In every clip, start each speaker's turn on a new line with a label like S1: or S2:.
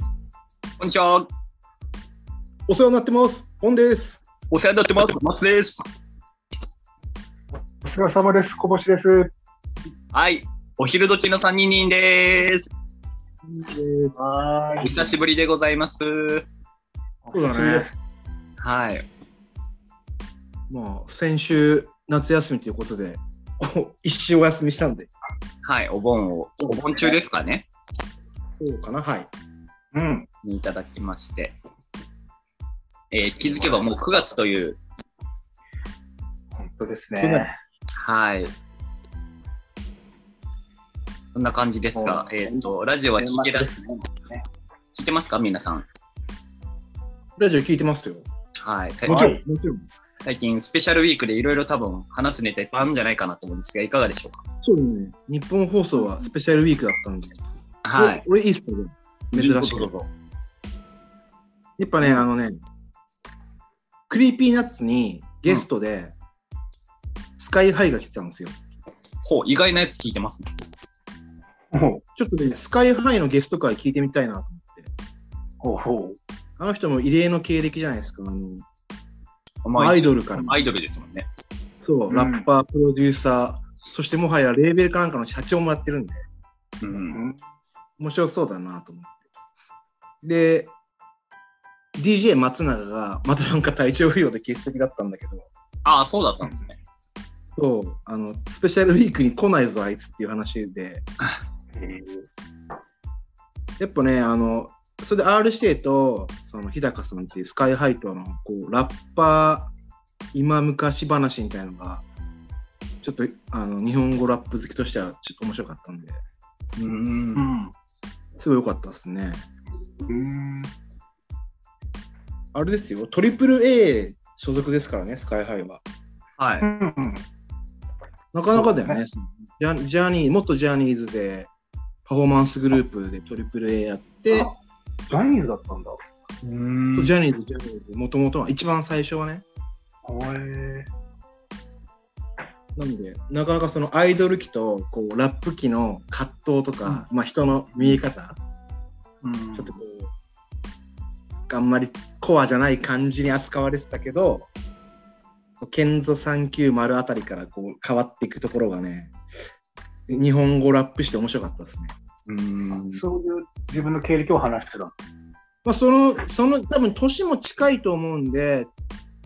S1: んにちは。
S2: お世話になってます。ポンです。
S1: お世話になってます。松です。
S3: お疲れ様です。小星です。
S1: はい。お昼時の三人人です。
S3: は
S1: お久しぶりでございます。
S2: そうだね。
S1: はい。
S2: まあ、先週、夏休みということで、 こう一周お休みしたんで、
S1: はい。お盆を、お盆中ですかね。
S2: そうかな、はい。
S3: うん。
S1: いただきまして。えー気づけばもう9月という、
S3: 本当です
S2: ごめん
S3: ね。
S1: はい。そんな感じですが、
S3: そう
S1: えっ、と、ラジオは聞けら、
S3: 年
S1: 聞
S3: 末ですね
S1: いてますか皆さん。
S2: ラジオ聞いてますよ。
S1: はい。さ
S2: も
S3: も
S2: ち
S3: ち
S2: ろ
S3: ろ
S2: ん
S3: ん、
S2: もちろん。
S1: 最近、スペシャルウィークでいろいろ多分話すネタいっぱいあるんじゃないかなと思うんですが、いかがでしょうか
S2: そうね。日本放送はスペシャルウィークだったんで、
S1: はい。
S2: 俺、俺いいっすけど、珍しく。
S1: どう
S2: やっぱね、あのね、クリーピーナッツにゲストで、スカイハイが来てたんですよ。
S1: ほう、意外なやつ聞いてますね。
S3: ほう
S2: ちょっとね、スカイハイのゲスト会聞いてみたいなと思って。
S3: ほうほう。
S2: あの人も異例の経歴じゃないですか。あの
S1: まあ
S2: アイドルから。
S1: アイドルですもんね。
S2: そう、
S3: うん
S2: ラッパー、プロデューサー、そしてもはやレーベルかなんかの社長もやってるんで、
S1: う。
S3: うんん
S2: 面白そうだなと思って。で、DJ 松永がまたなんか体調不良で欠席だったんだけど、
S1: ああ、そうだったんですね。
S2: そう、あの、スペシャルウィークに来ないぞ、あいつっていう話で、
S3: えー
S2: やっぱね、あの、それで R 指定と、その日高さんっていうスカイハイとの、こう、ラッパー、今昔話みたいなのが、ちょっと、あの、日本語ラップ好きとしては、ちょっと面白かったんで、
S1: う。
S3: うんん。
S2: すごい良かったですね。
S3: うん。
S2: あれですよ、トリプル A 所属ですからね、スカイハイは。
S1: はい。
S3: うん。
S2: なかなかだよね。
S3: そう
S2: ジャジャニー、元ジャニーズで、パフォーマンスグループでトリプル A やって、
S3: あジャニーズだったんだ。
S1: うん
S2: ジャニーズ、ジャニーズ、もともとは、一番最初はね。
S3: へえ。
S2: なんで、なかなかそのアイドル期とこうラップ期の葛藤とか、まあ人の見え方、
S3: うん
S2: ちょっとこう、あんまりコアじゃない感じに扱われてたけど、ケンゾ390あたりからこう変わっていくところがね、日本語ラップして面白かったですね。
S1: うん。
S3: そういう自分の経歴を話してた。
S2: まあ、その、その、多分年も近いと思うんで、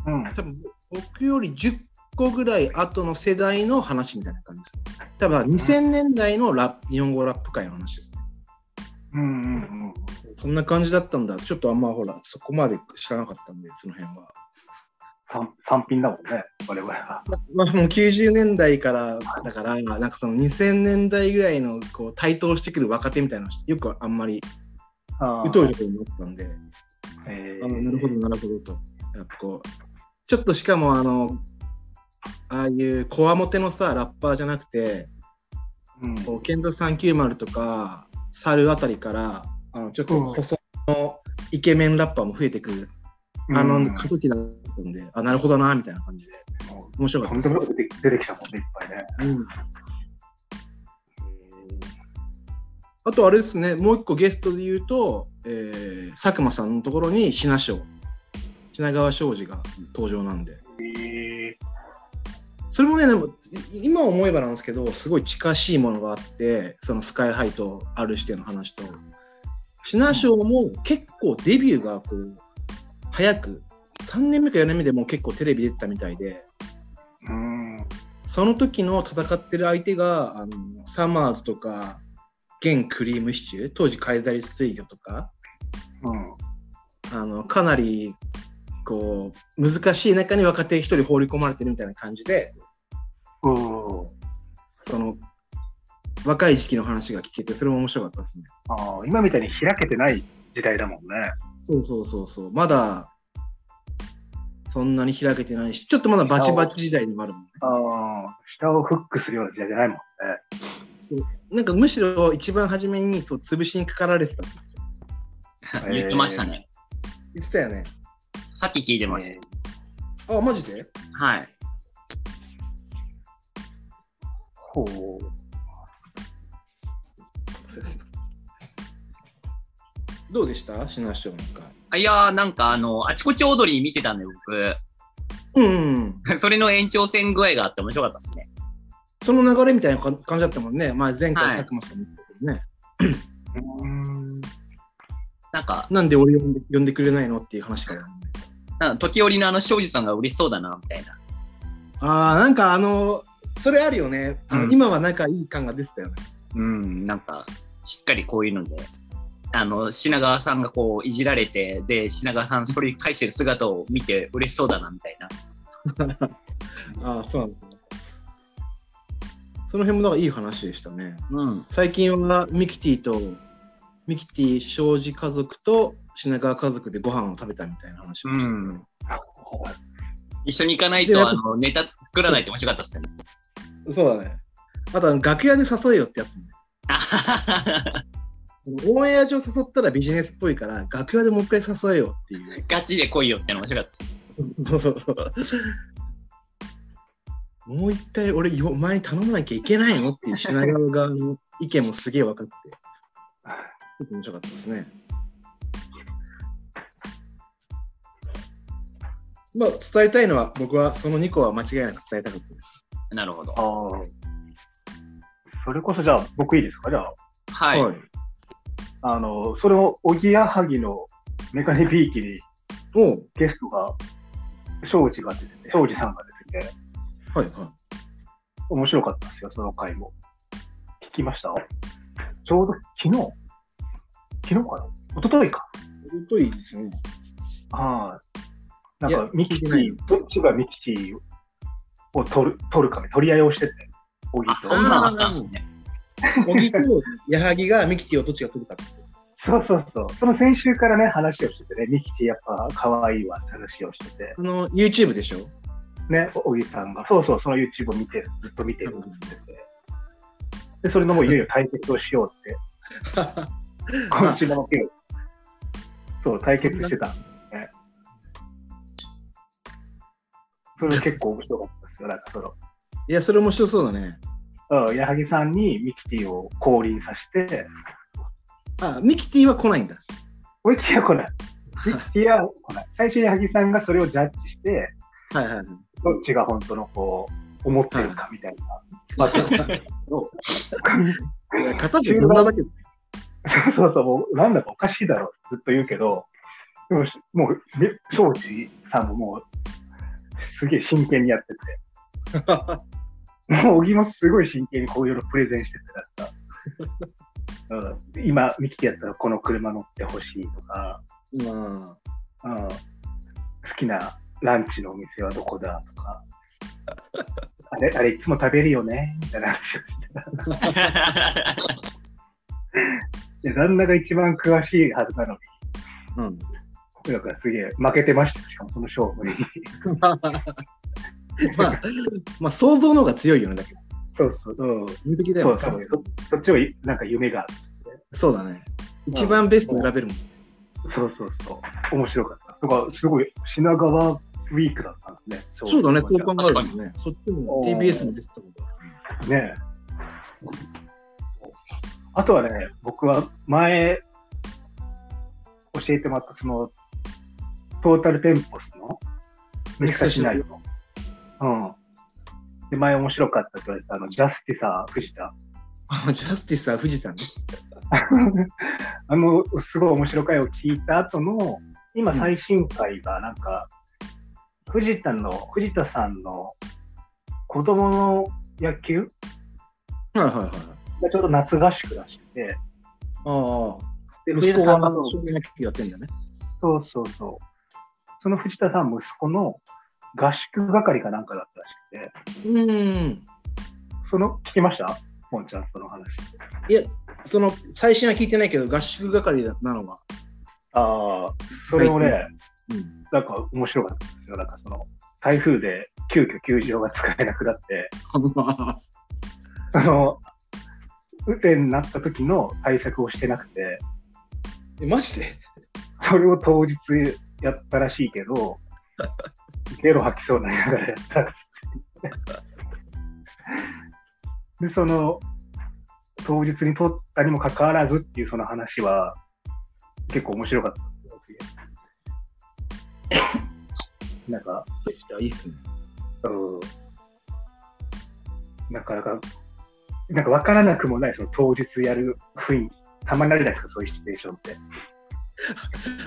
S3: うん。
S2: 多分僕より10個ぐらい後の世代の話みたいな感じですね。多分2000年代のラップ日本語ラップ界の話ですね。
S3: うんうんうん。
S2: そんな感じだったんだ。ちょっとあんまほら、そこまで知らなかったんで、その辺は。
S3: 三三品だもんね。我々は。
S2: まあもう90年代からだから、なんかその2000年代ぐらいのこう台頭してくる若手みたいなの、よくあんまり
S3: あ
S2: 疎いところになったんで、
S3: え
S2: あのなるほど、なるほどと。やっぱこう、ちょっとしかもあの、ああいうこわもてのさ、ラッパーじゃなくて、
S3: うん。
S2: こうケンド390とか、サルあたりから、あのちょっと細身のイケメンラッパーも増えてくるあ
S3: う
S2: の
S3: ん
S2: 過渡期だったんで、あ、なるほどな、みたいな感じで、
S3: も
S2: 面白
S3: う
S2: か
S3: と
S2: っ
S3: ん
S2: た
S3: で
S2: で
S3: もなく出て出てきたもんね、いっぱいね。
S2: す。うんあと、あれですね、もう一個ゲストで言うと、えー佐久間さんのところに品賞、品川庄司が登場なんで、
S3: へえ。
S2: それもね、でもい今思えばなんですけど、すごい近しいものがあって、そのスカイハイと R 指定の話と、品賞も結構デビューがこう早く、3年目か4年目でもう結構テレビ出てたみたいで。
S3: うん。
S2: その時の戦ってる相手があのサマーズとか現クリームシチュー当時カイザリ水魚とか
S3: うん。
S2: あのかなりこう難しい中に若手一人放り込まれてるみたいな感じで
S3: うん。
S2: その若い時期の話が聞けてそれも面白かったですね
S3: ああ、今みたいに開けてない時代だもんね。
S2: そうそうそうそうまだそんなに開けてないしちょっとまだバチバチ時代にもあるもんね
S3: ああ、下をフックするような時代じゃないもんね。
S2: なんかむしろ一番初めにそう潰しにかかられてたっ て
S1: 言ってましたね。
S2: 言ってたよね
S1: さっき聞いて
S3: えー。
S1: ました。
S2: あマジで
S1: はい。
S3: ほう。
S2: どうでしたシナショーの回。
S1: あいやー、なんかあの、あちこちオードリー見てたんで、僕。
S2: うんうんうん。
S1: それの延長戦具合があって面白かったですね。
S2: その流れみたいな感感じだったもんね。まあ、前回
S1: はい
S2: 佐久間さんも言ったけどね、
S3: うーん。
S1: なんか、
S2: なんで俺呼んで呼んでくれないのっていう話から、
S1: なんか時折のあの庄司さんが嬉しそうだな、みたいな。
S2: ああ、なんかあの、それあるよね。あの
S1: うん
S2: 今は仲いい感が出てたよね。
S1: うん、なんか、しっかりこういうので、あの、品川さんがこう、いじられて、で、品川さんそれ返してる姿を見て嬉しそうだな、みたいな。
S2: ああ、そうなんだ。その辺もなんかいい話でしたね。
S1: うん。
S2: 最近はミキティと、ミキティ庄司家族と品川家族でご飯を食べたみたいな話をしてたけど、
S1: うん一緒に行かないと、
S2: で
S1: あの、ネタ作らないって面白かったですよね。
S2: そうだね。あとあの楽屋で誘えよってやつも。
S1: あははは
S2: オンエア上誘ったらビジネスっぽいから、楽屋でもう一回誘えよっていう。
S1: ガチで来いよっての面白かった。
S2: そうそうそうもう一回俺、よ前に頼まなきゃいけないのっていう品川側の意見もすげえ分かって、ちょっと面白かったですね。まあ、伝えたいのは、僕はその2個は間違いなく伝えたかったです。
S1: なるほど。
S3: ああ。それこそじゃあ、僕いいですかじゃあ。
S1: はい。
S2: はい
S3: あの、それを、おぎやはぎのメカニビーキに
S2: おう
S3: ゲストが、庄司が出てて、庄司さんが出てて、
S2: はいは
S3: 面白かったですよ、その回も。聞きましたちょうど昨日昨日かな一昨日か。
S2: い。本当いいですね。
S3: はい。ないん
S2: や
S3: か、ミキ
S2: 聞い
S3: テ
S2: てないよ
S3: ィ、どっちがミキティを取る、取るかね、取り合いをしてて、小木
S1: あ、
S3: と。
S1: そんなのあったんですね。
S2: 小木と矢作がミキティをどっちが取るかって。
S3: そうそうそう。その先週からね、話をしててね、ミキティやっぱ可愛いわって話をしてて、
S2: あの、YouTube でしょ
S3: ね、小木さんが、そうそう、その YouTube を見てる、ずっと見てるって言ってて。で、それのもういよいよ対決をしよう って、今週の今日、そう、対決してたんですね。それ結構面白かったですよ。なんかその、
S2: いや、それ面白そうだね。
S3: うん矢作さんにミキティを降臨させて、
S2: あ、ミキティは来ないんだ。
S3: ミキティは来ない。ミキティは来ない。最初、矢作さんがそれをジャッジして、
S2: はいはいはい。
S3: どっちが本当のこう、思ってるかみたいな。まあ、
S2: いや 片手で女だけど。
S3: そうそうそう、もうなんだかおかしいだろう、ずっと言うけど、でもし、もう、ね庄司さんももう、すげえ真剣にやってて、もう、小木もすごい真剣にこういうのプレゼンしてて、なんか、うん、今、ミキティやったらこの車乗ってほしいとか、
S2: ま
S3: うん、好きなランチのお店はどこだとか、あれ、あれ、いつも食べるよねみたいな話をしてた。で旦那が一番詳しいはずなのに、
S2: あ、うん。
S3: なんかすげえ負けてましたよしかもその勝負に。
S2: まあ、まあ、想像の方が強いよね、だけど。
S3: そうそう、うん、
S2: 無敵だ
S3: そ
S2: よ
S3: う
S2: ね。
S3: そ
S2: 多
S3: う
S2: 分
S3: そそっちをいなんか夢があ
S2: そうだね。一番ベストを選べるもん。
S3: る。そうそうそう、面白かった。とか、すごい品川ウィークだったんですね。
S2: そうだね、
S3: そう
S2: そう
S3: いう
S2: 考えるとね。そっちも
S3: おー
S2: TBS も出てたことだ。
S3: ねえあとはね、僕は前、教えてもらった、その、トータルテンポスの、ミキサーシナリオの。うん。で、前面白かったって言われた、あの、ジャスティサー、藤田。
S2: あジャスティスは藤田ね。
S3: あの、すごい面白い回を聞いた後の、今最新回がなんか、藤田の、藤田さんの子供の野球
S2: はいはいはい。
S3: がちょうど夏合宿らしくて、
S2: ああ。
S3: で、藤
S2: 息
S3: 田
S2: 子
S3: さ
S2: が
S3: んが
S2: 少年野球やってんだね。
S3: そうそうそう。その藤田さん息子の合宿係かなんかだったらしくて、
S2: うーん。
S3: その、聞きましたポンちゃん、その話。
S2: その、最新は聞いてないけど、合宿係なのが。
S3: ああ、それもね、
S2: うん。
S3: なんか面白かったんですよ。なんかその、台風で急遽球場が使えなくなって、その、雨天になった時の対策をしてなくて、
S2: え、マジで
S3: それを当日やったらしい けど、ゲロ吐きそうになりながらやったんです。で、その、当日に取ったにもかかわらずっていうその話は、結構面白かったですよ、すげえなんか、
S2: いいっすね。
S3: うんなかなか、なんか分からなくもない、その当日やる雰囲気、たまにあるじゃないですか、そういうシチュエーションって。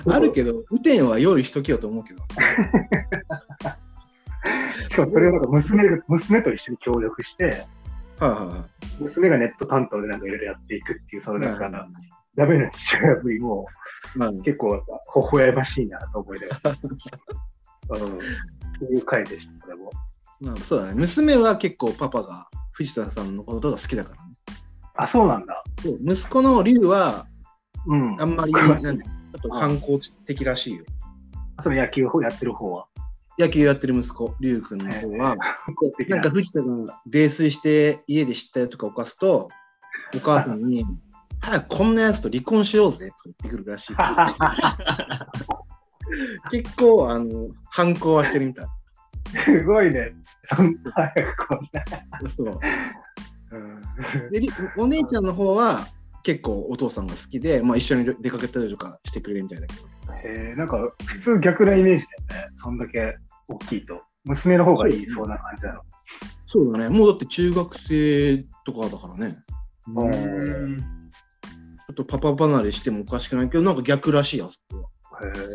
S2: あるけど、雨天は用意しときよと思うけど。
S3: しかもそれをなんか娘が娘と一緒に協力して、
S2: はいはいはい。
S3: 娘がネット担当でなんかいろいろやっていくっていう、そのなんか、
S2: うん
S3: ダメな父親ぶりも
S2: まあ、
S3: 結構なんか微笑ましいなと思いな がら。うんっていう回でした、それも。
S2: まあ、そうだね。娘は結構パパが藤田さんのことが好きだからね。
S3: あ、そうなんだ。
S2: そう息子の龍は
S3: うん。
S2: あんまり、
S3: うん
S2: なんだちょっと反抗的らしいよ。
S3: その野球をやってる方は。
S2: 野球やってる息子、龍君の方は、
S3: 的な
S2: なんか藤田が泥酔して家で知ったよとか犯すと、お母さん に、早くこんなやつと離婚しようぜとか言ってくるらしい。結構、あの、反抗はしてるみたい。
S3: すごいね。そんな早くこんな。
S2: そう
S3: うん
S2: でりお姉ちゃんの方は結構お父さんが好きで、まあ、一緒に出かけたりとかしてくれるみたいだけど
S3: えー、なんか普通逆なイメージだよね。そんだけ大きいと。娘の方がいいそうな感じなの。
S2: そうだねもうだって中学生とかだからね
S3: う
S1: うんん
S2: ちょっとパパ離れしてもおかしくないけどなんか逆らしいあそこは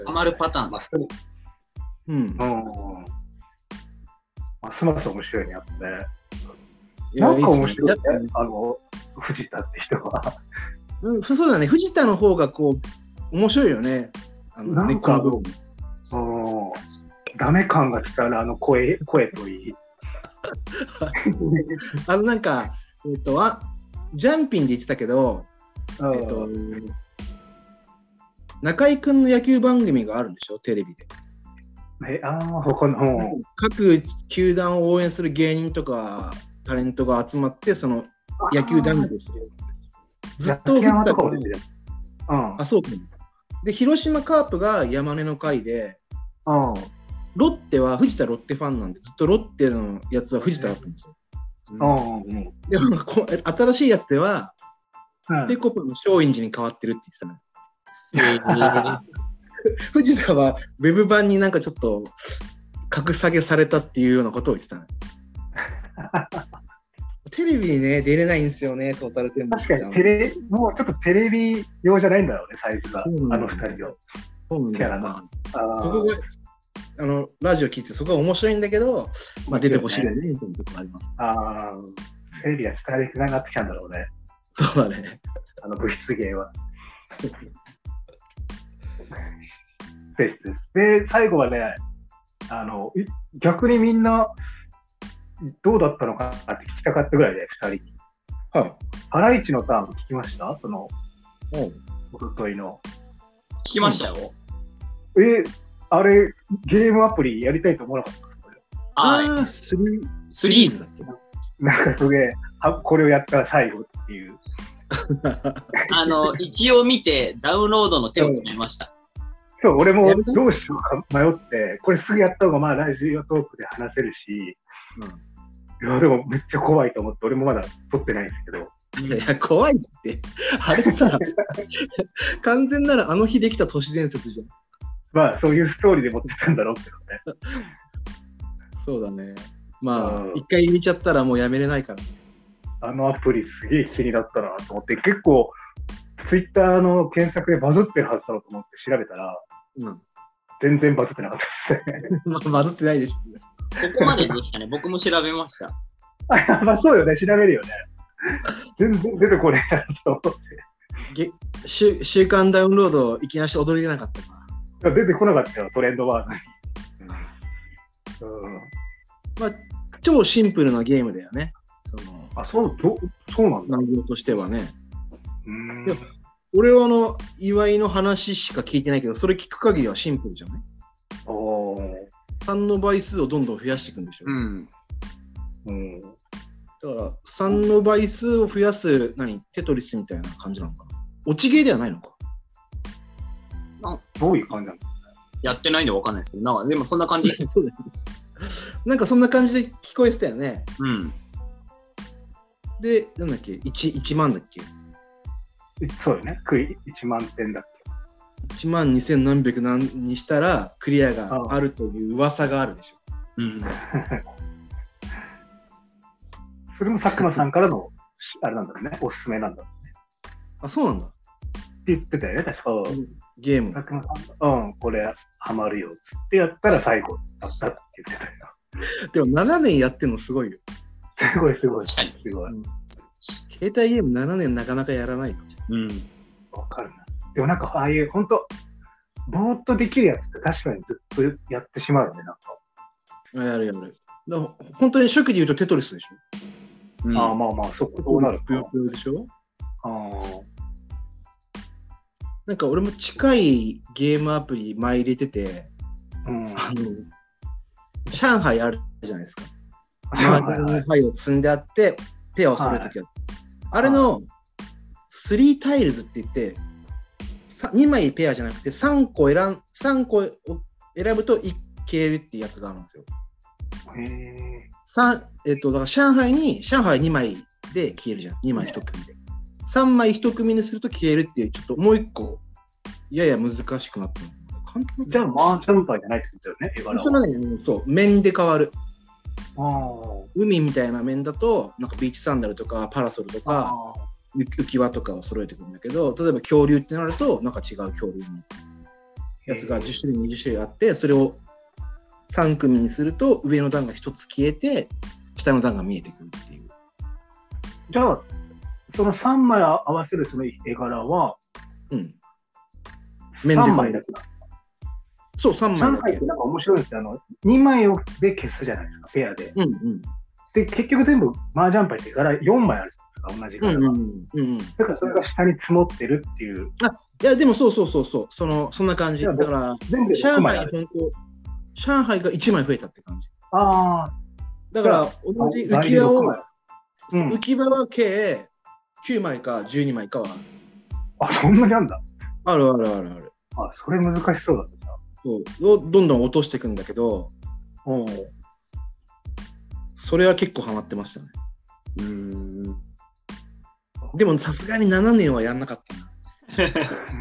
S1: ハマるパターン
S3: ま
S1: だ
S3: あ、すうん。
S2: うん
S3: ますます面白いね、やっぱね。
S2: いや
S3: なんか面白い
S2: っ
S3: ね
S2: すねやっ、
S3: あの、藤田って人は。
S2: ぱうんそうだね藤田の方がこう面白いよねあの
S3: なんか
S2: 根っこの部分
S3: うん。ダメ感が伝わるあの声、声といい。
S2: あのなんかえっ、とあジャンピンで言ってたけど、
S3: う ん
S2: えっ、と中居君の野球番組があるんでしょテレビで
S3: え、ああ、他の、
S2: 各球団を応援する芸人とかタレントが集まってその野球談義をしてるずっと
S3: 野球山とか
S2: 降
S3: も
S2: り
S3: 出
S2: て
S3: て
S2: た
S3: るうん。
S2: あそうかもで広島カープが山根の会で
S3: うん。
S2: ロッテは藤田ロッテファンなんでずっとロッテのやつは藤田だったんですよ
S3: うん。うん。うん
S2: でもこう新しいやつではペコパの松陰寺に変わってるって言ってたのよ 藤田はウェブ版になんかちょっと格下げされたっていうようなことを言っ てたのよテレビにね出れないんですよねトータルテンボス
S3: 確かにテレ、もうちょっとテレビ用じゃないんだろうね、サイズが、
S2: そうなんだ
S3: あの二人を。
S2: そうなんだよな
S3: キャラがあー
S2: そこがあのラジオ聞いてそこが面白いんだけど、まあ、出てほしいよねみたいなとこあります。
S3: あーテレビは伝わりなくなってきたんだろうね、
S2: そうだね。
S3: あの物質芸は。 ですです。で、最後はね、あのい逆にみんな、どうだったのかなって聞きたかったぐらいで、二人に。
S2: は
S3: ハライチのターン聞きましたその、
S2: い。うん。
S3: おとといの。
S1: 聞きましたよ。
S3: え、あれ、ゲームアプリやりたいと思わなかった
S1: あ
S2: あー、スリー
S1: あ、スリーズ。
S2: だっ
S3: なんかすげえ、あこれをやったら最後っていう。
S1: あの、一応見て、ダウンロードの手を止めました。
S3: そう、俺も
S2: やる
S3: どうしようか迷って、これすぐやった方がまあラジオトークで話せるし、いやでもめっちゃ怖いと思って、俺もまだ撮ってないんですけど、
S2: け。いや、怖いって。あれさ、 完全ならあの日できた都市伝説じゃん。
S3: まあそういうストーリーで持ってたんだろうけどね。
S2: そうだね。まあ
S3: うん、
S2: 一回見ちゃったらもうやめれないから。
S3: あのアプリすげえ気になったなと思って、結構、ツイッターの検索でバズってるはずだろうと思って調べたら、
S2: うん。
S3: 全然バズってなかったですね。
S2: まあ、まずってないでしょ。
S1: そこまででしたね。僕も調べました。
S3: あまあそうよね、調べるよね。全然出てこねえなと思って。
S2: げ週週間ダウンロードいきなし踊りれなかったから。
S3: 出てこなかったよ、トレンドワードに。うん
S2: まあ、超シンプルなゲームだよね。その、
S3: あ、そう、どそうなんだ。
S2: 内容としてはね。
S3: うん
S2: いや俺はあの岩井の話しか聞いてないけど、それ聞く限りはシンプルじゃない
S3: おー
S2: ?3 の倍数をどんどん増やしていくんでしょ、
S1: うん。
S3: うん。
S2: だから3の倍数を増やす、何テトリスみたいな感じなのかな落ちゲーではないのか
S3: どういう感じなの
S1: やってないんでわかんないですけど、なんか、でもそんな感じです。
S2: そうなんかそんな感じで聞こえてたよね。
S1: うん。
S2: で、なんだっけ ?1、1万だっけ
S3: えそうよね。クイ1万点だっ
S2: 1万2000何百何にしたらクリアがあるという噂があるでしょ。
S1: うん。
S3: それも佐久間さんからの、あれなんだろうね、おすすめなんだろうね。
S2: あ、そうなんだ。
S3: って言ってたよね、確か。
S2: ゲーム。
S3: 佐久間さんが、うん、これ、ハマるよ、つってやったら最後だったって言ってたよ。
S2: でも7年やってるのすごいよ。
S3: すごい、すごい、す
S1: 確
S3: ごい。
S2: 携帯ゲーム7年なかなかやらないよ。
S1: うん。
S3: わかるな。でもなんか、ああいう、本当ぼーっとできるやつって確かにずっとやってしまうよね、なんか。
S2: あやるやる。だから本当に初期で言うとテトリスでし
S1: うん
S3: ああ、まあまあ、そ
S2: ょ。
S3: こそうなる
S2: ぷよ
S3: と。
S2: ぷよでしょ
S3: あー
S2: なんか俺も近いゲームアプリ前入れてて、
S3: うん。
S2: あの、上海あるじゃないですか。マージャンの牌を積んであって、ペアを揃えてきあれの、3タイルズって言って、2枚ペアじゃなくて3個選ん、三個を選ぶと1消えるってやつがあるんですよ。
S3: へえ。
S2: 三えっと、だから上海に、上海2枚で消えるじゃん。2枚1組で。3枚1組にすると消えるっていう、ちょっともう1個、やや難しくなったの。簡単
S3: じゃあ、マーチャンパイじゃないってことだよね、絵
S2: あ
S3: 柄
S2: そ
S3: は。
S2: れはねそう、面で変わる。
S3: あ
S2: 海みたいな面だと、なんかビーチサンダルとかパラソルと
S3: あ
S2: か、
S3: あー。
S2: 浮浮き輪とかを揃えてくるんだけど、例えば恐竜ってなると、なんか違う恐竜のやつが10種類、20種類あって、それを3組にすると、上の段が1つ消えて、下の段が見えてくるっていう。
S3: じゃあ、その3枚合わせるその絵柄は、
S2: うん。面で
S3: 3枚だけだ。
S2: そう、3
S3: 3
S2: 枚だ
S3: 枚っ
S2: け
S3: て。なんか面白いんですよ。あの、2枚をで消すじゃないですか、ペアで。
S2: うんうん。
S3: で、結局全部、マージャンパイって柄4枚あるじゃないですか、同じ
S2: うん
S3: 柄
S2: うん
S3: が。
S2: うんうん。い
S3: だからそれが下に積もってるっていう、
S2: や、でもそうそうそうそう、そのそんな感じ。
S3: いや
S2: だから、
S3: 全部で
S2: 上
S3: 6枚あ
S2: 海、
S3: る。
S2: 本当、上海が1枚増えたって感じ。
S3: ああ、
S2: だから、同じ浮き輪を、
S3: うん
S2: 浮き輪は計9枚か12枚かは
S3: あ、そんなにあんだ。
S2: あるあるあるある。
S3: あ、それ難しそうだったな。
S2: そうをどんどん落としていくんだけど、
S3: お
S2: それは結構ハマってましたね。
S1: うん。
S2: でもさすがに7年はやんなかったな。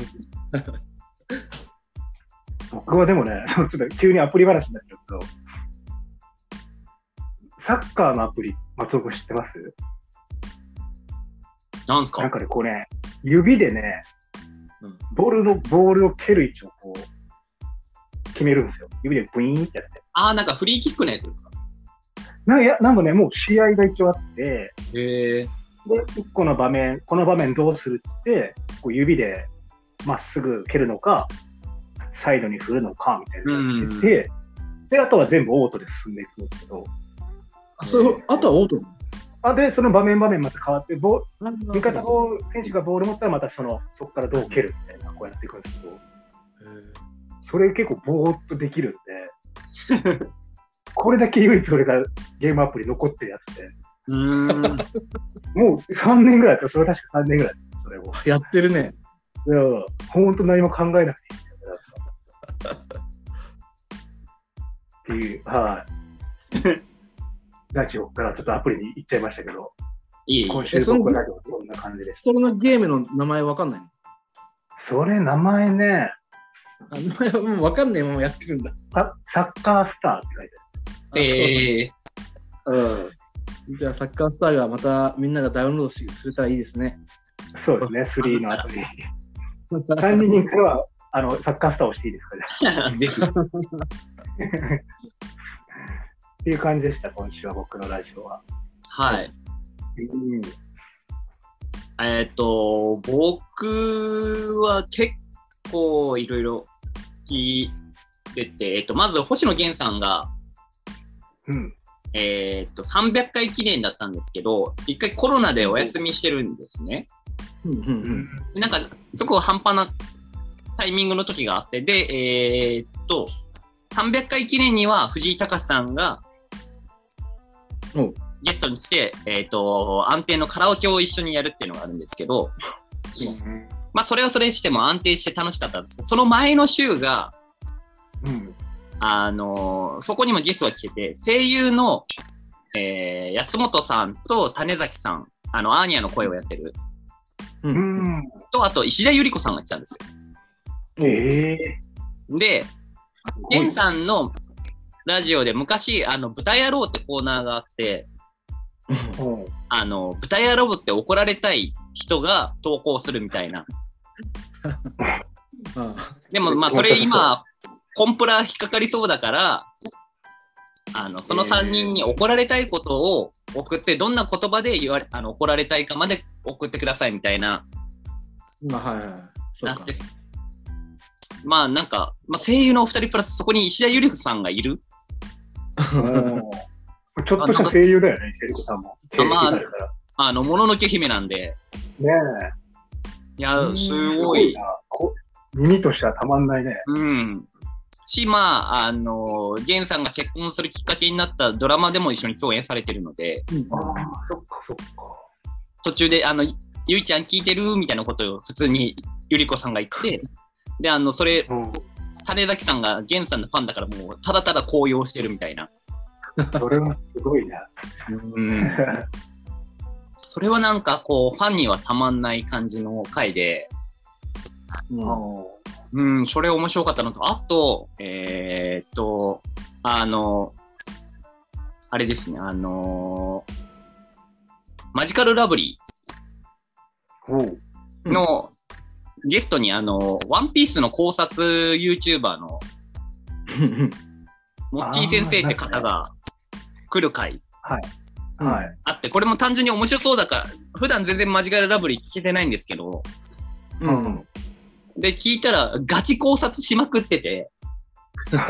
S3: 僕はでもね、 ちょっと急にアプリ話になっちゃうけど、サッカーのアプリ、松尾君知ってます
S1: なんすか
S3: なんかね、こうね、指でね
S2: うん、
S3: ボールの、ボールを蹴る位置をこう、決めるんですよ。指でブイーンってやって。
S1: ああ、なんかフリーキックのやつですか
S3: なんやなんかね、もう試合が一応あって、
S1: へえ。
S3: で、1個の場面、この場面どうするっつって、こう指でまっすぐ蹴るのか、サイドに振るのか、みたいなのやってて、で、あとは全部オートで進んでいくんですけど、
S2: あそうあとはオート
S3: あで、その場面場面また変わって、ボ
S2: なの
S3: 味方ボール選手がボール持ったら、またそのそこからどう蹴るみたいな、こうやっていくんですけど、それ結構ぼーっとできるんで、 これだけ唯一俺がゲームアプリ残ってるやつで、
S1: うーん。
S3: もう3年ぐらいだった、それは確か3年ぐらいだった、それも。
S2: やってるね。
S3: いや、本当何も考えなくていいんだよねっていう、 はい。ラジオからちょっとアプリに行っちゃいましたけど、
S1: いい。
S3: 今
S2: え
S3: 週
S2: その
S3: 僕ラジオそんな感じです。
S2: それのゲームの名前わかんないの
S3: それ、名前ね、
S2: あ名前はもうわかんないままやってるんだ。
S3: ササッカースターって書いて
S1: ええ。
S3: ある。
S2: あそうじゃあサッカースターがまたみんながダウンロードしすれたらいいですね。
S3: うん、そう ですね、3の後に。
S2: また
S3: 管理人からはあのサッカースターをしていいですかね。
S1: ぜひ。
S3: っていう感じでした、今週は僕のラジオは。
S1: はい。
S3: うん、
S1: えーっと、僕は結構いろいろ聞いてて、えっと、まず星野源さんが、
S3: うん、
S1: えーっと、300回記念だったんですけど、一回コロナでお休みしてるんですね。
S2: うんうんうん。
S1: なんか、そこ半端なタイミングの時があって、で、えーっと、300回記念には藤井隆さんが
S2: おう
S1: ゲストに来て、えーっと、安定のカラオケを一緒にやるっていうのがあるんですけど、
S3: うん、
S1: まあ、それはそれにしても安定して楽しかったんですけどその前の週が、
S3: うん、
S1: あのーそこにもゲストが来てて、声優の、えー安本さんと種崎さん、あの、アーニャの声をやってる、
S2: う
S3: うんん、
S1: と、あと石田ゆり子さんが来たんですよ。
S3: ええ
S1: で、ケンさんのラジオで昔、あの、豚野郎ってコーナーがあって、
S3: うん
S1: あの、豚野郎って怒られたい人が投稿するみたいな。
S2: あ
S1: でも、まあ、それ今、コンプラ引っかかりそうだから、あの、その3人に怒られたいことを送って、どんな言葉で言われあの怒られたいかまで送ってくださいみたいな、
S2: まあ、はいはい。そう
S1: な
S2: か
S1: っ。て、まあ、なんか、まあ、声優のお二人プラス、そこに石田ゆりふさんがいる。
S3: うんちょっとした声優だよね、池江さんも。
S1: あまあ
S3: 声優だから
S1: あの、もののけ姫なんで、い
S3: ね
S1: うや、
S2: ん
S1: す
S3: え。
S1: ごい。
S3: な。こ耳としてはたまんないね。
S1: うん。し、まあ、あの、ジェーンさんが結婚するきっかけになったドラマでも一緒に共演されてるので、
S2: うん
S3: あ、そっかそっか。
S1: 途中で、あの、ゆいちゃん聞いてるみたいなことを普通にゆりこさんが言って、で、あの、それ、
S3: うん。
S1: 種崎さんがジェーンさんのファンだからもう、ただただ高揚してるみたいな。
S3: それはすごいな。
S1: うん。それはなんか、こう、ファンにはたまんない感じの回で、
S2: うん
S1: うん、それ面白かったのと、あと、えーっと、あの、あれですね、あのマジカルラブリ
S3: おう
S1: ーのゲストに、あのワンピースの考察 YouTuber のモッチー先生って方が来る回
S3: はい。
S1: あって、これも単純に面白そうだから、普段全然マジカルラブリー聞けてないんですけど、
S2: う
S3: うん
S2: ん。
S1: で、聞いたらガチ考察しまくってて、 な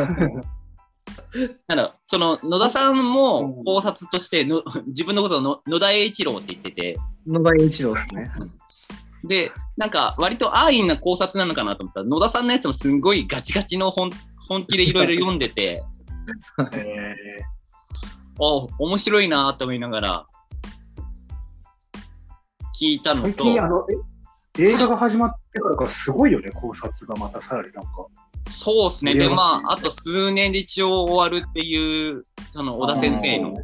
S1: んだその野田さんも考察としての、自分のことをの野田栄一郎って言ってて、
S2: 野田栄一郎ですね。
S1: で、なんか割と安易な考察なのかなと思ったら、野田さんのやつもすんごいガチガチの本本気でいろいろ読んでて、
S3: え
S1: お面白いなと思いながら聞いた
S3: ー
S1: の
S3: 最
S1: と、
S3: 近、あの、え映画が始まってからからすごいよね、考察がまたさらになんか。
S1: そうですね、
S3: 見
S1: で、
S3: えます
S1: まあ、あと数年で一応終わるっていう、その小田先生の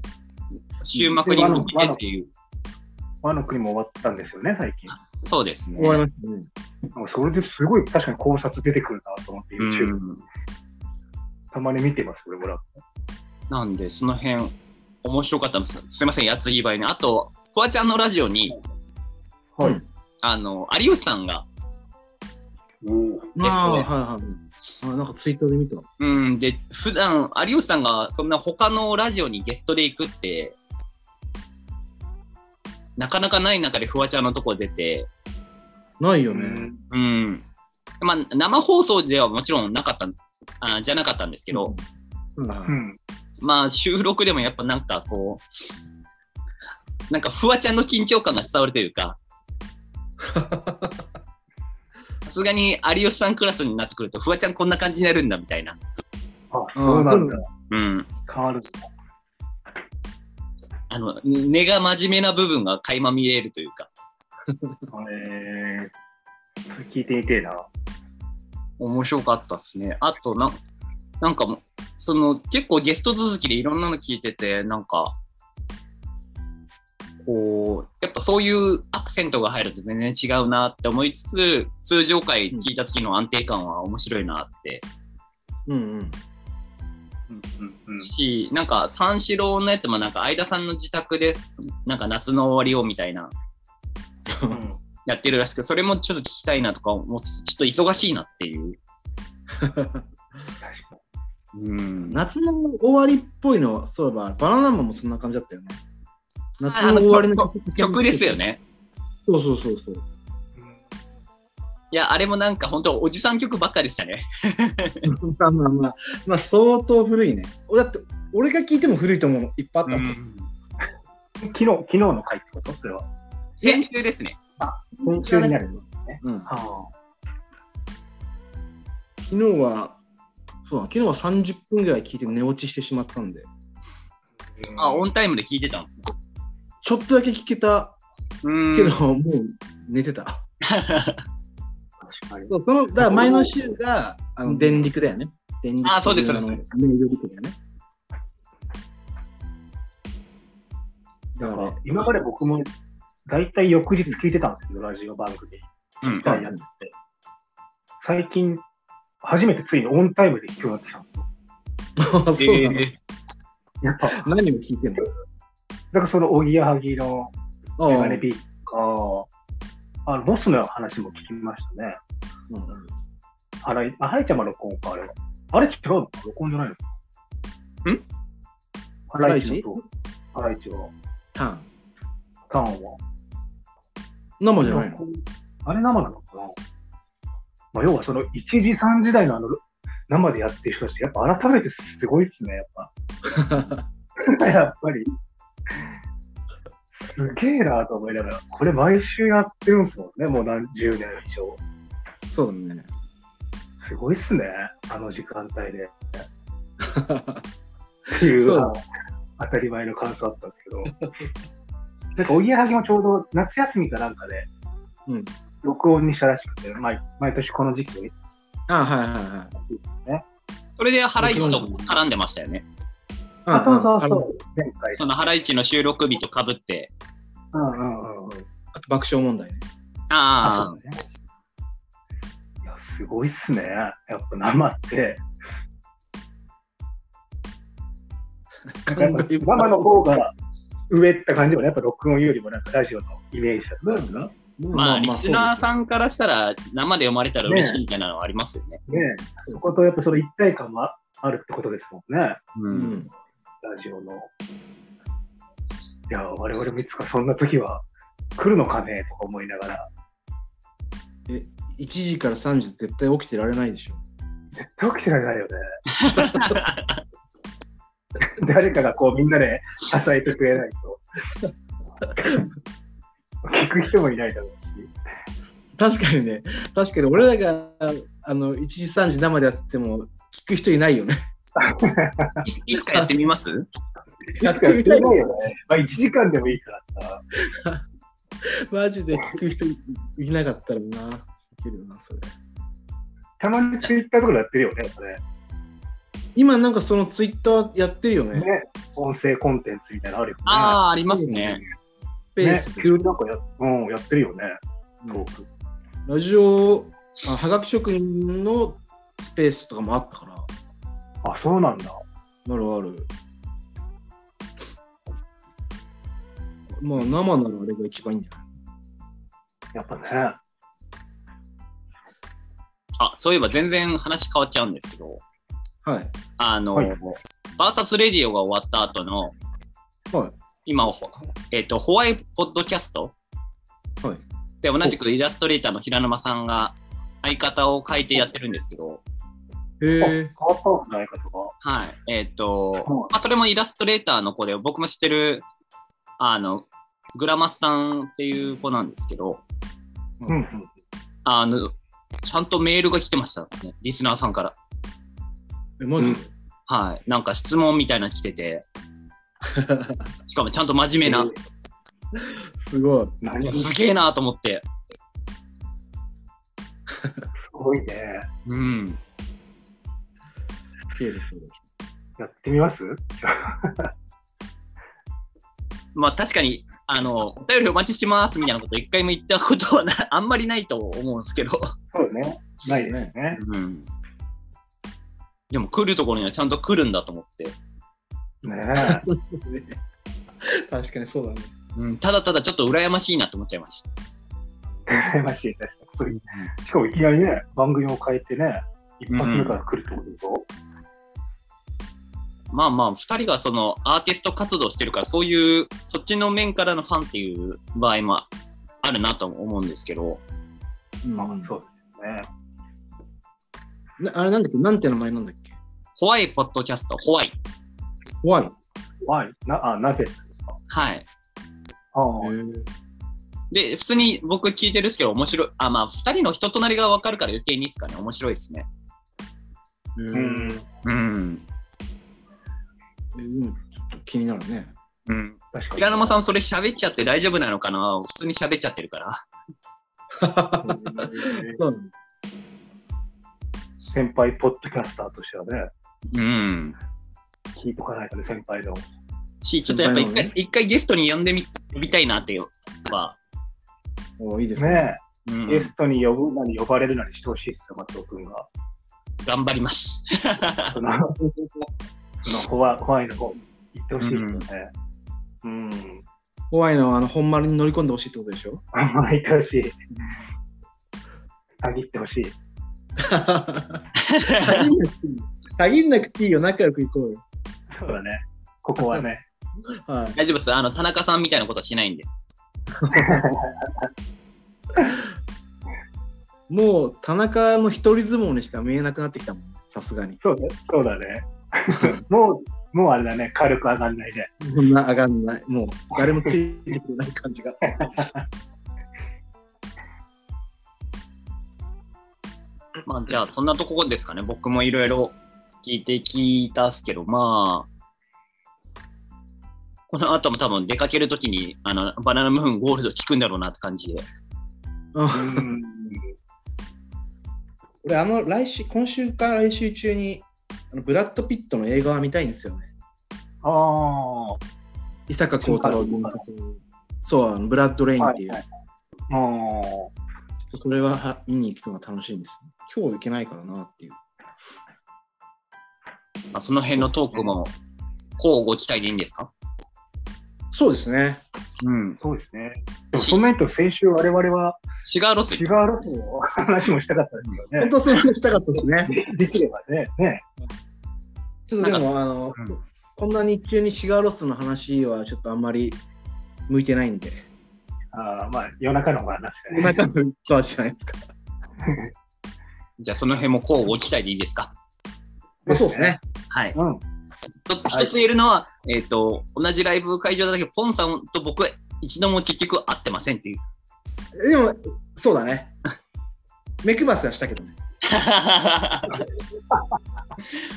S1: 終幕に向けてっていう、
S3: ワの国も終わったんですよね、最近。
S1: そうですね。
S2: 終わりましたね。
S3: もうそれですごい確かに考察出てくるなと思って、
S1: う
S3: YouTube、
S1: ん
S3: たまに見てます、俺もラッ
S1: なんで、その辺、面白かったんです。すいません、やつぎばいね。あと、フワちゃんのラジオに、
S3: プ。はい。
S1: あの、有吉さんが、
S3: お
S1: ね
S2: ああ、はいはいはい。あなんかツイートで見た。
S1: うん、で、普段、有吉さんが、そんな他のラジオにゲストで行くって、なかなかない中でフワちゃんのとこ出て、
S2: ない
S3: お
S2: よね。
S1: うん。まあ、生放送ではもちろんなかったん、あじゃなかったんですけど、
S3: う
S2: は
S3: ん。
S1: まあ、収録でもやっぱなんかこう、なんかフワちゃんの緊張感が伝わるというか、さすがに有吉さんクラスになってくると、フワちゃんこんな感じになるんだみたいな。
S3: あ、そうなんだ。
S1: うん。
S3: 変わるんだ。
S1: あの、根が真面目な部分が垣間見えるというか、
S3: えー、それ聞いてみてえな。
S1: 面白かったですね。あとな、なんかもう、その、結構ゲスト続きでいろんなの聞いてて、なんか、こう、やっぱそういうアクセントが入ると全然違うなって思いつつ、通常回聞いた時の安定感は面白いなって
S2: い。うんうん。
S3: うんうんうん。
S1: し、なんか三四郎のやつもなんか相田さんの自宅で、なんか夏の終わりをみたいなやってるらしく、それもちょっと聞きたいなとか思って、ちょっと忙しいなっていう。うん
S2: 夏の終わりっぽいの、そういえば、バナナマンもそんな感じだったよね。夏の終わりの
S1: 曲ですよ。ね。
S2: そうそうそうそう。
S1: いや、あれもなんか本当おじさん曲ばっかでしたね。
S2: まあまあまあ、まあ、相当古いね。おだって、俺が聞いても古いと思うのいっぱいあったもん。
S3: 昨日、昨日の回ってことそれは。
S1: 先週ですね。
S3: 先週になる。
S2: うん
S3: ああ。
S2: 昨日は、そうだ昨日は30分ぐらい聞いて寝落ちしてしまったんで、
S1: あ、オンタイムで聴いてたんですね。
S2: ちょっとだけ聞けた
S1: うん
S2: けど、もう寝てた。
S3: 確かに。
S2: そうそのだから前の週があの電力だよね。電力
S1: あそうです
S2: あの
S1: そうです
S2: 電力だよね。だ
S3: なん
S2: から
S3: か、今まで僕も、大体翌日聞いてたんですけど、ラジオ番組。
S1: うん
S3: みたいなやつって最近初めてついにオンタイムで聞くようになってきたんですよ。
S2: あ そうなの
S1: え
S3: やっぱ、
S2: 何を聞いてんの
S3: だからそのおぎやはぎの
S2: あ
S3: メガネビーとか、あのロスの話も聞きましたね。
S2: うん
S3: 花井あ花井ちゃんの録音か、あれは。あれ違うのか録音じゃないのか。
S1: ん
S3: 花井ちゃんと花井ちゃん、
S2: ターン。
S3: ターンは。
S2: 生じゃないの
S3: あれ生なのかな、まあ、要はその1時3時台のあの生でやってる人たち、やっぱ改めてすごいですね、やっぱ。 やっぱり。すげえなと思いながら、これ毎週やってるんですもんね、もう何十年以上。
S2: そうだね。
S3: すごいっすね、あの時間帯で。っていう
S2: そう
S3: あの当たり前の感想あったんですけど。なんか、おぎやはぎもちょうど夏休みかなんかで、
S2: うん
S3: 録音にしたらしくて、毎毎年この時期に
S2: あはいはいはい。
S1: それでハライチと絡んでましたよね。
S3: あ、そうそうそ
S2: あの
S3: う。前回。
S1: そのハライチの収録日とかぶって。
S3: うんうんうんうん。
S2: あと爆笑問題ね。
S1: あ
S3: そうだね。いや、すごいっすね。やっぱ生って。やっぱ 生の方が上って感じもね、やっぱ録音よりもなんかラジオのイメージだったんだな。ね
S1: あ、まあ、リスナー
S2: ん。
S1: さんからしたら生で読まれたら嬉しいみたいなのはありますよね。
S3: えそことやっぱその一体感はあるってことですもんね、ラ
S1: う
S2: うんん
S3: ジオの。いや、我々もいつかそんな時は来るのかねとか思いながら、
S2: え、1時から3時絶対起きてられないでしょ。
S3: 絶対起きてられないよね。 誰かがこうみんなで支えてくれないと。聞く人もいないだろうし。
S2: 確かにね、確かに俺らがあの1時3時生でやっても聞く人いないよね。
S1: いついつかやってみます
S2: や
S3: や
S2: っ
S3: ってて
S2: み
S3: み
S2: た
S3: た
S2: い
S3: いよね。まあ1時間でもいいからさ。
S2: マジで聞く人いなかったらな。聞けるよなそれ
S3: たまにツイッターとかでやってるよね、それ。
S2: 今なんかそのツイッターやってるよね。
S3: ね。音声コンテンツみたいなのあるよね。
S1: ああ、ありますね。
S2: スペー
S3: ね
S2: ス、で
S3: 急になんかや,、うん、やってるよね、トーク。
S2: ラジオあ、はがき職人のスペースとかもあったから。
S3: あ、そうなんだ。
S2: あるある。まあ生ならあれが一番いいんじゃない
S3: やっぱね。
S1: あ、そういえば全然話変わっちゃうんですけど、
S2: はい。
S1: あの、
S3: はい
S1: バーサスレディオが終わった後の、
S2: はい
S1: 今ほ、えっとホワイトポッドキャスト、
S2: はい
S1: で同じくイラストレーターの平沼さんが相方を変えてやってるんですけど、
S2: へ
S3: あ
S2: え
S3: 変。わったんすね、相方が。
S1: はいえっと
S3: うん
S1: まあ、それもイラストレーターの子で僕も知ってるあのグラマスさんっていう子なんですけど
S3: うんうん。
S1: あのちゃんとメールが来てましたねリスナーさんから。
S2: え、マジで、
S1: はい、なんか質問みたいなの来てて、 しかもちゃんと真面目な、
S2: すごい。
S3: 何
S1: す
S3: す
S1: げえなと思って、
S3: ごいね。
S1: うん、
S2: 綺麗です
S3: やってみます
S1: まあ確かに、あの、お便りお待ちしますみたいなこと、一回も言ったことはな あんまりないと思うんですけど、
S3: そうね。ないですね。
S1: うん、でも来るところにはちゃんと来るんだと思って、
S3: ねえ。
S2: ね。確かにそうだね。
S1: うん、ただただちょっと羨ましいなと思っちゃいました。
S3: 羨ましいね。そういうしかもいきなりね、番組を変えてね、一発目から来るってことでしょ、
S1: まあまあ、2人がそのアーティスト活動してるから、そういう、そっちの面からのファンっていう場合もあるなと思うんですけど、
S2: うん
S3: まあそうですよね。
S2: なあれなんだっけなんて名前なんだっけ
S1: ホワイポッドキャスト、ホワイ。
S2: 怖い。
S3: はい。な、あ、なぜですか
S1: はい。
S3: ああ、
S1: で、普通に僕聞いてるっすけど、面白い。あ、まあ、二人の人となりが分かるから余計にいいっすかね。面白いっすね。
S3: う
S2: うん
S3: ん。
S1: うん。
S2: えでもちょっと気になるね。
S1: うん。
S3: 確かに。
S1: 平沼さん、それ喋っちゃって大丈夫なのかな普通に喋っちゃってるから。
S3: うん
S2: そうだね
S3: 先輩ポッドキャスターとしてはね、
S1: うん。
S3: 聞いとかないとね、先輩の。
S1: し、ちょっとやっぱ一
S2: 先輩な
S1: 回、
S2: のね
S1: 一回ゲストに呼んでみ、みたいなっていうは。
S2: おいいですね。
S3: ね
S1: う
S3: え、
S1: ん。
S3: ゲストに呼ぶなり呼ばれるなりしてほしいっすよ、松尾くんが。
S1: 頑張ります。
S3: その、そのホワ、ホワイの方、行ってほしいですよね。
S2: うん。怖いのは、あの、本丸に乗り込んでほしいってことでし ょ
S3: あんまり行ってほしい。先行ってほしい。
S2: 限んなくていいよ限んなくていいよ、仲良く行こうよ。
S3: そうだね。ここはね。
S2: はい。
S1: 大丈夫です。あの、田中さんみたいなことはしないんで。
S2: もう田中の一人相撲にしか見えなくなってきたもん、さすがに。
S3: そうだそうだね。 もう、もうあれだね。火力上がんないね。
S2: そんな上がんない、もう誰もついてくれない感じ が。
S1: まあ、じゃあ、そんなとこですかね。僕もいろいろ聞いて聞いたっすけど、まあ、この後も多分出かけるときに、あの、バナナムーンゴールド聞くんだろうなって感じで。
S2: うん
S3: うん。
S2: 俺、あの来週、今週から来週中にあのブラッド・ピットの映画は見たいんですよね。
S3: ああ。は
S2: 伊坂幸太郎のそう、あのブラッド・レインっていう、
S3: いはい。ああ。
S2: それはは見に行くのが楽しみです、ね。今日行けないからなっていう。
S1: まあ、その辺のトークも、こうご期待でいいんですか
S2: そうですね。
S1: うん。
S3: そうですね。でもそんな人、先週我々は
S1: シガーロス
S3: シガーロスの話もしたかったですよ
S2: 本
S3: ね。
S2: 当はそれ話したかったですね。
S3: できればね。ね
S2: ちょっとでも、あの、
S3: うん
S2: こんな日中にシガーロスの話はちょっとあんまり向いてないんで。
S3: あーまあ、夜中の方が話だ
S2: お
S3: ね。
S2: 腹の調子じゃないですか。
S1: じゃあ、その辺もこうご期待でいいですか
S2: まあ、そうですね。
S1: はい。
S3: うん。
S1: と一つ言えるのは、えっ、と、同じライブ会場だけど、ポンさんと僕は一度も結局会ってませんって いう。
S2: でも、そうだね。目配せはしたけどね。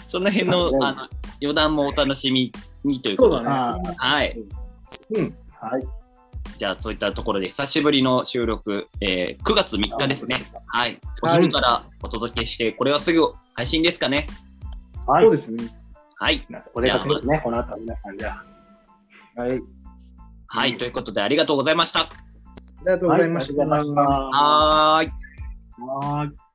S1: その辺のあの余談もお楽しみにという
S2: そ
S1: こ
S2: う
S1: とで、
S2: だ
S3: あ
S2: ね。
S1: はい、
S2: うん。
S3: はい。
S1: じゃあそういったところで久しぶりの収録、えー9月3日ですね、はい、お昼からお届けして、これはすぐ配信ですかね。
S3: は
S2: そうで
S3: い。
S2: すね。
S1: はい、
S3: お出かけですね、この後は皆さんじゃあ。
S2: はい。あり
S1: はい、ということでありがとうございました。
S2: がとうございました。
S3: はいありがとうございました
S1: はーい
S3: はーい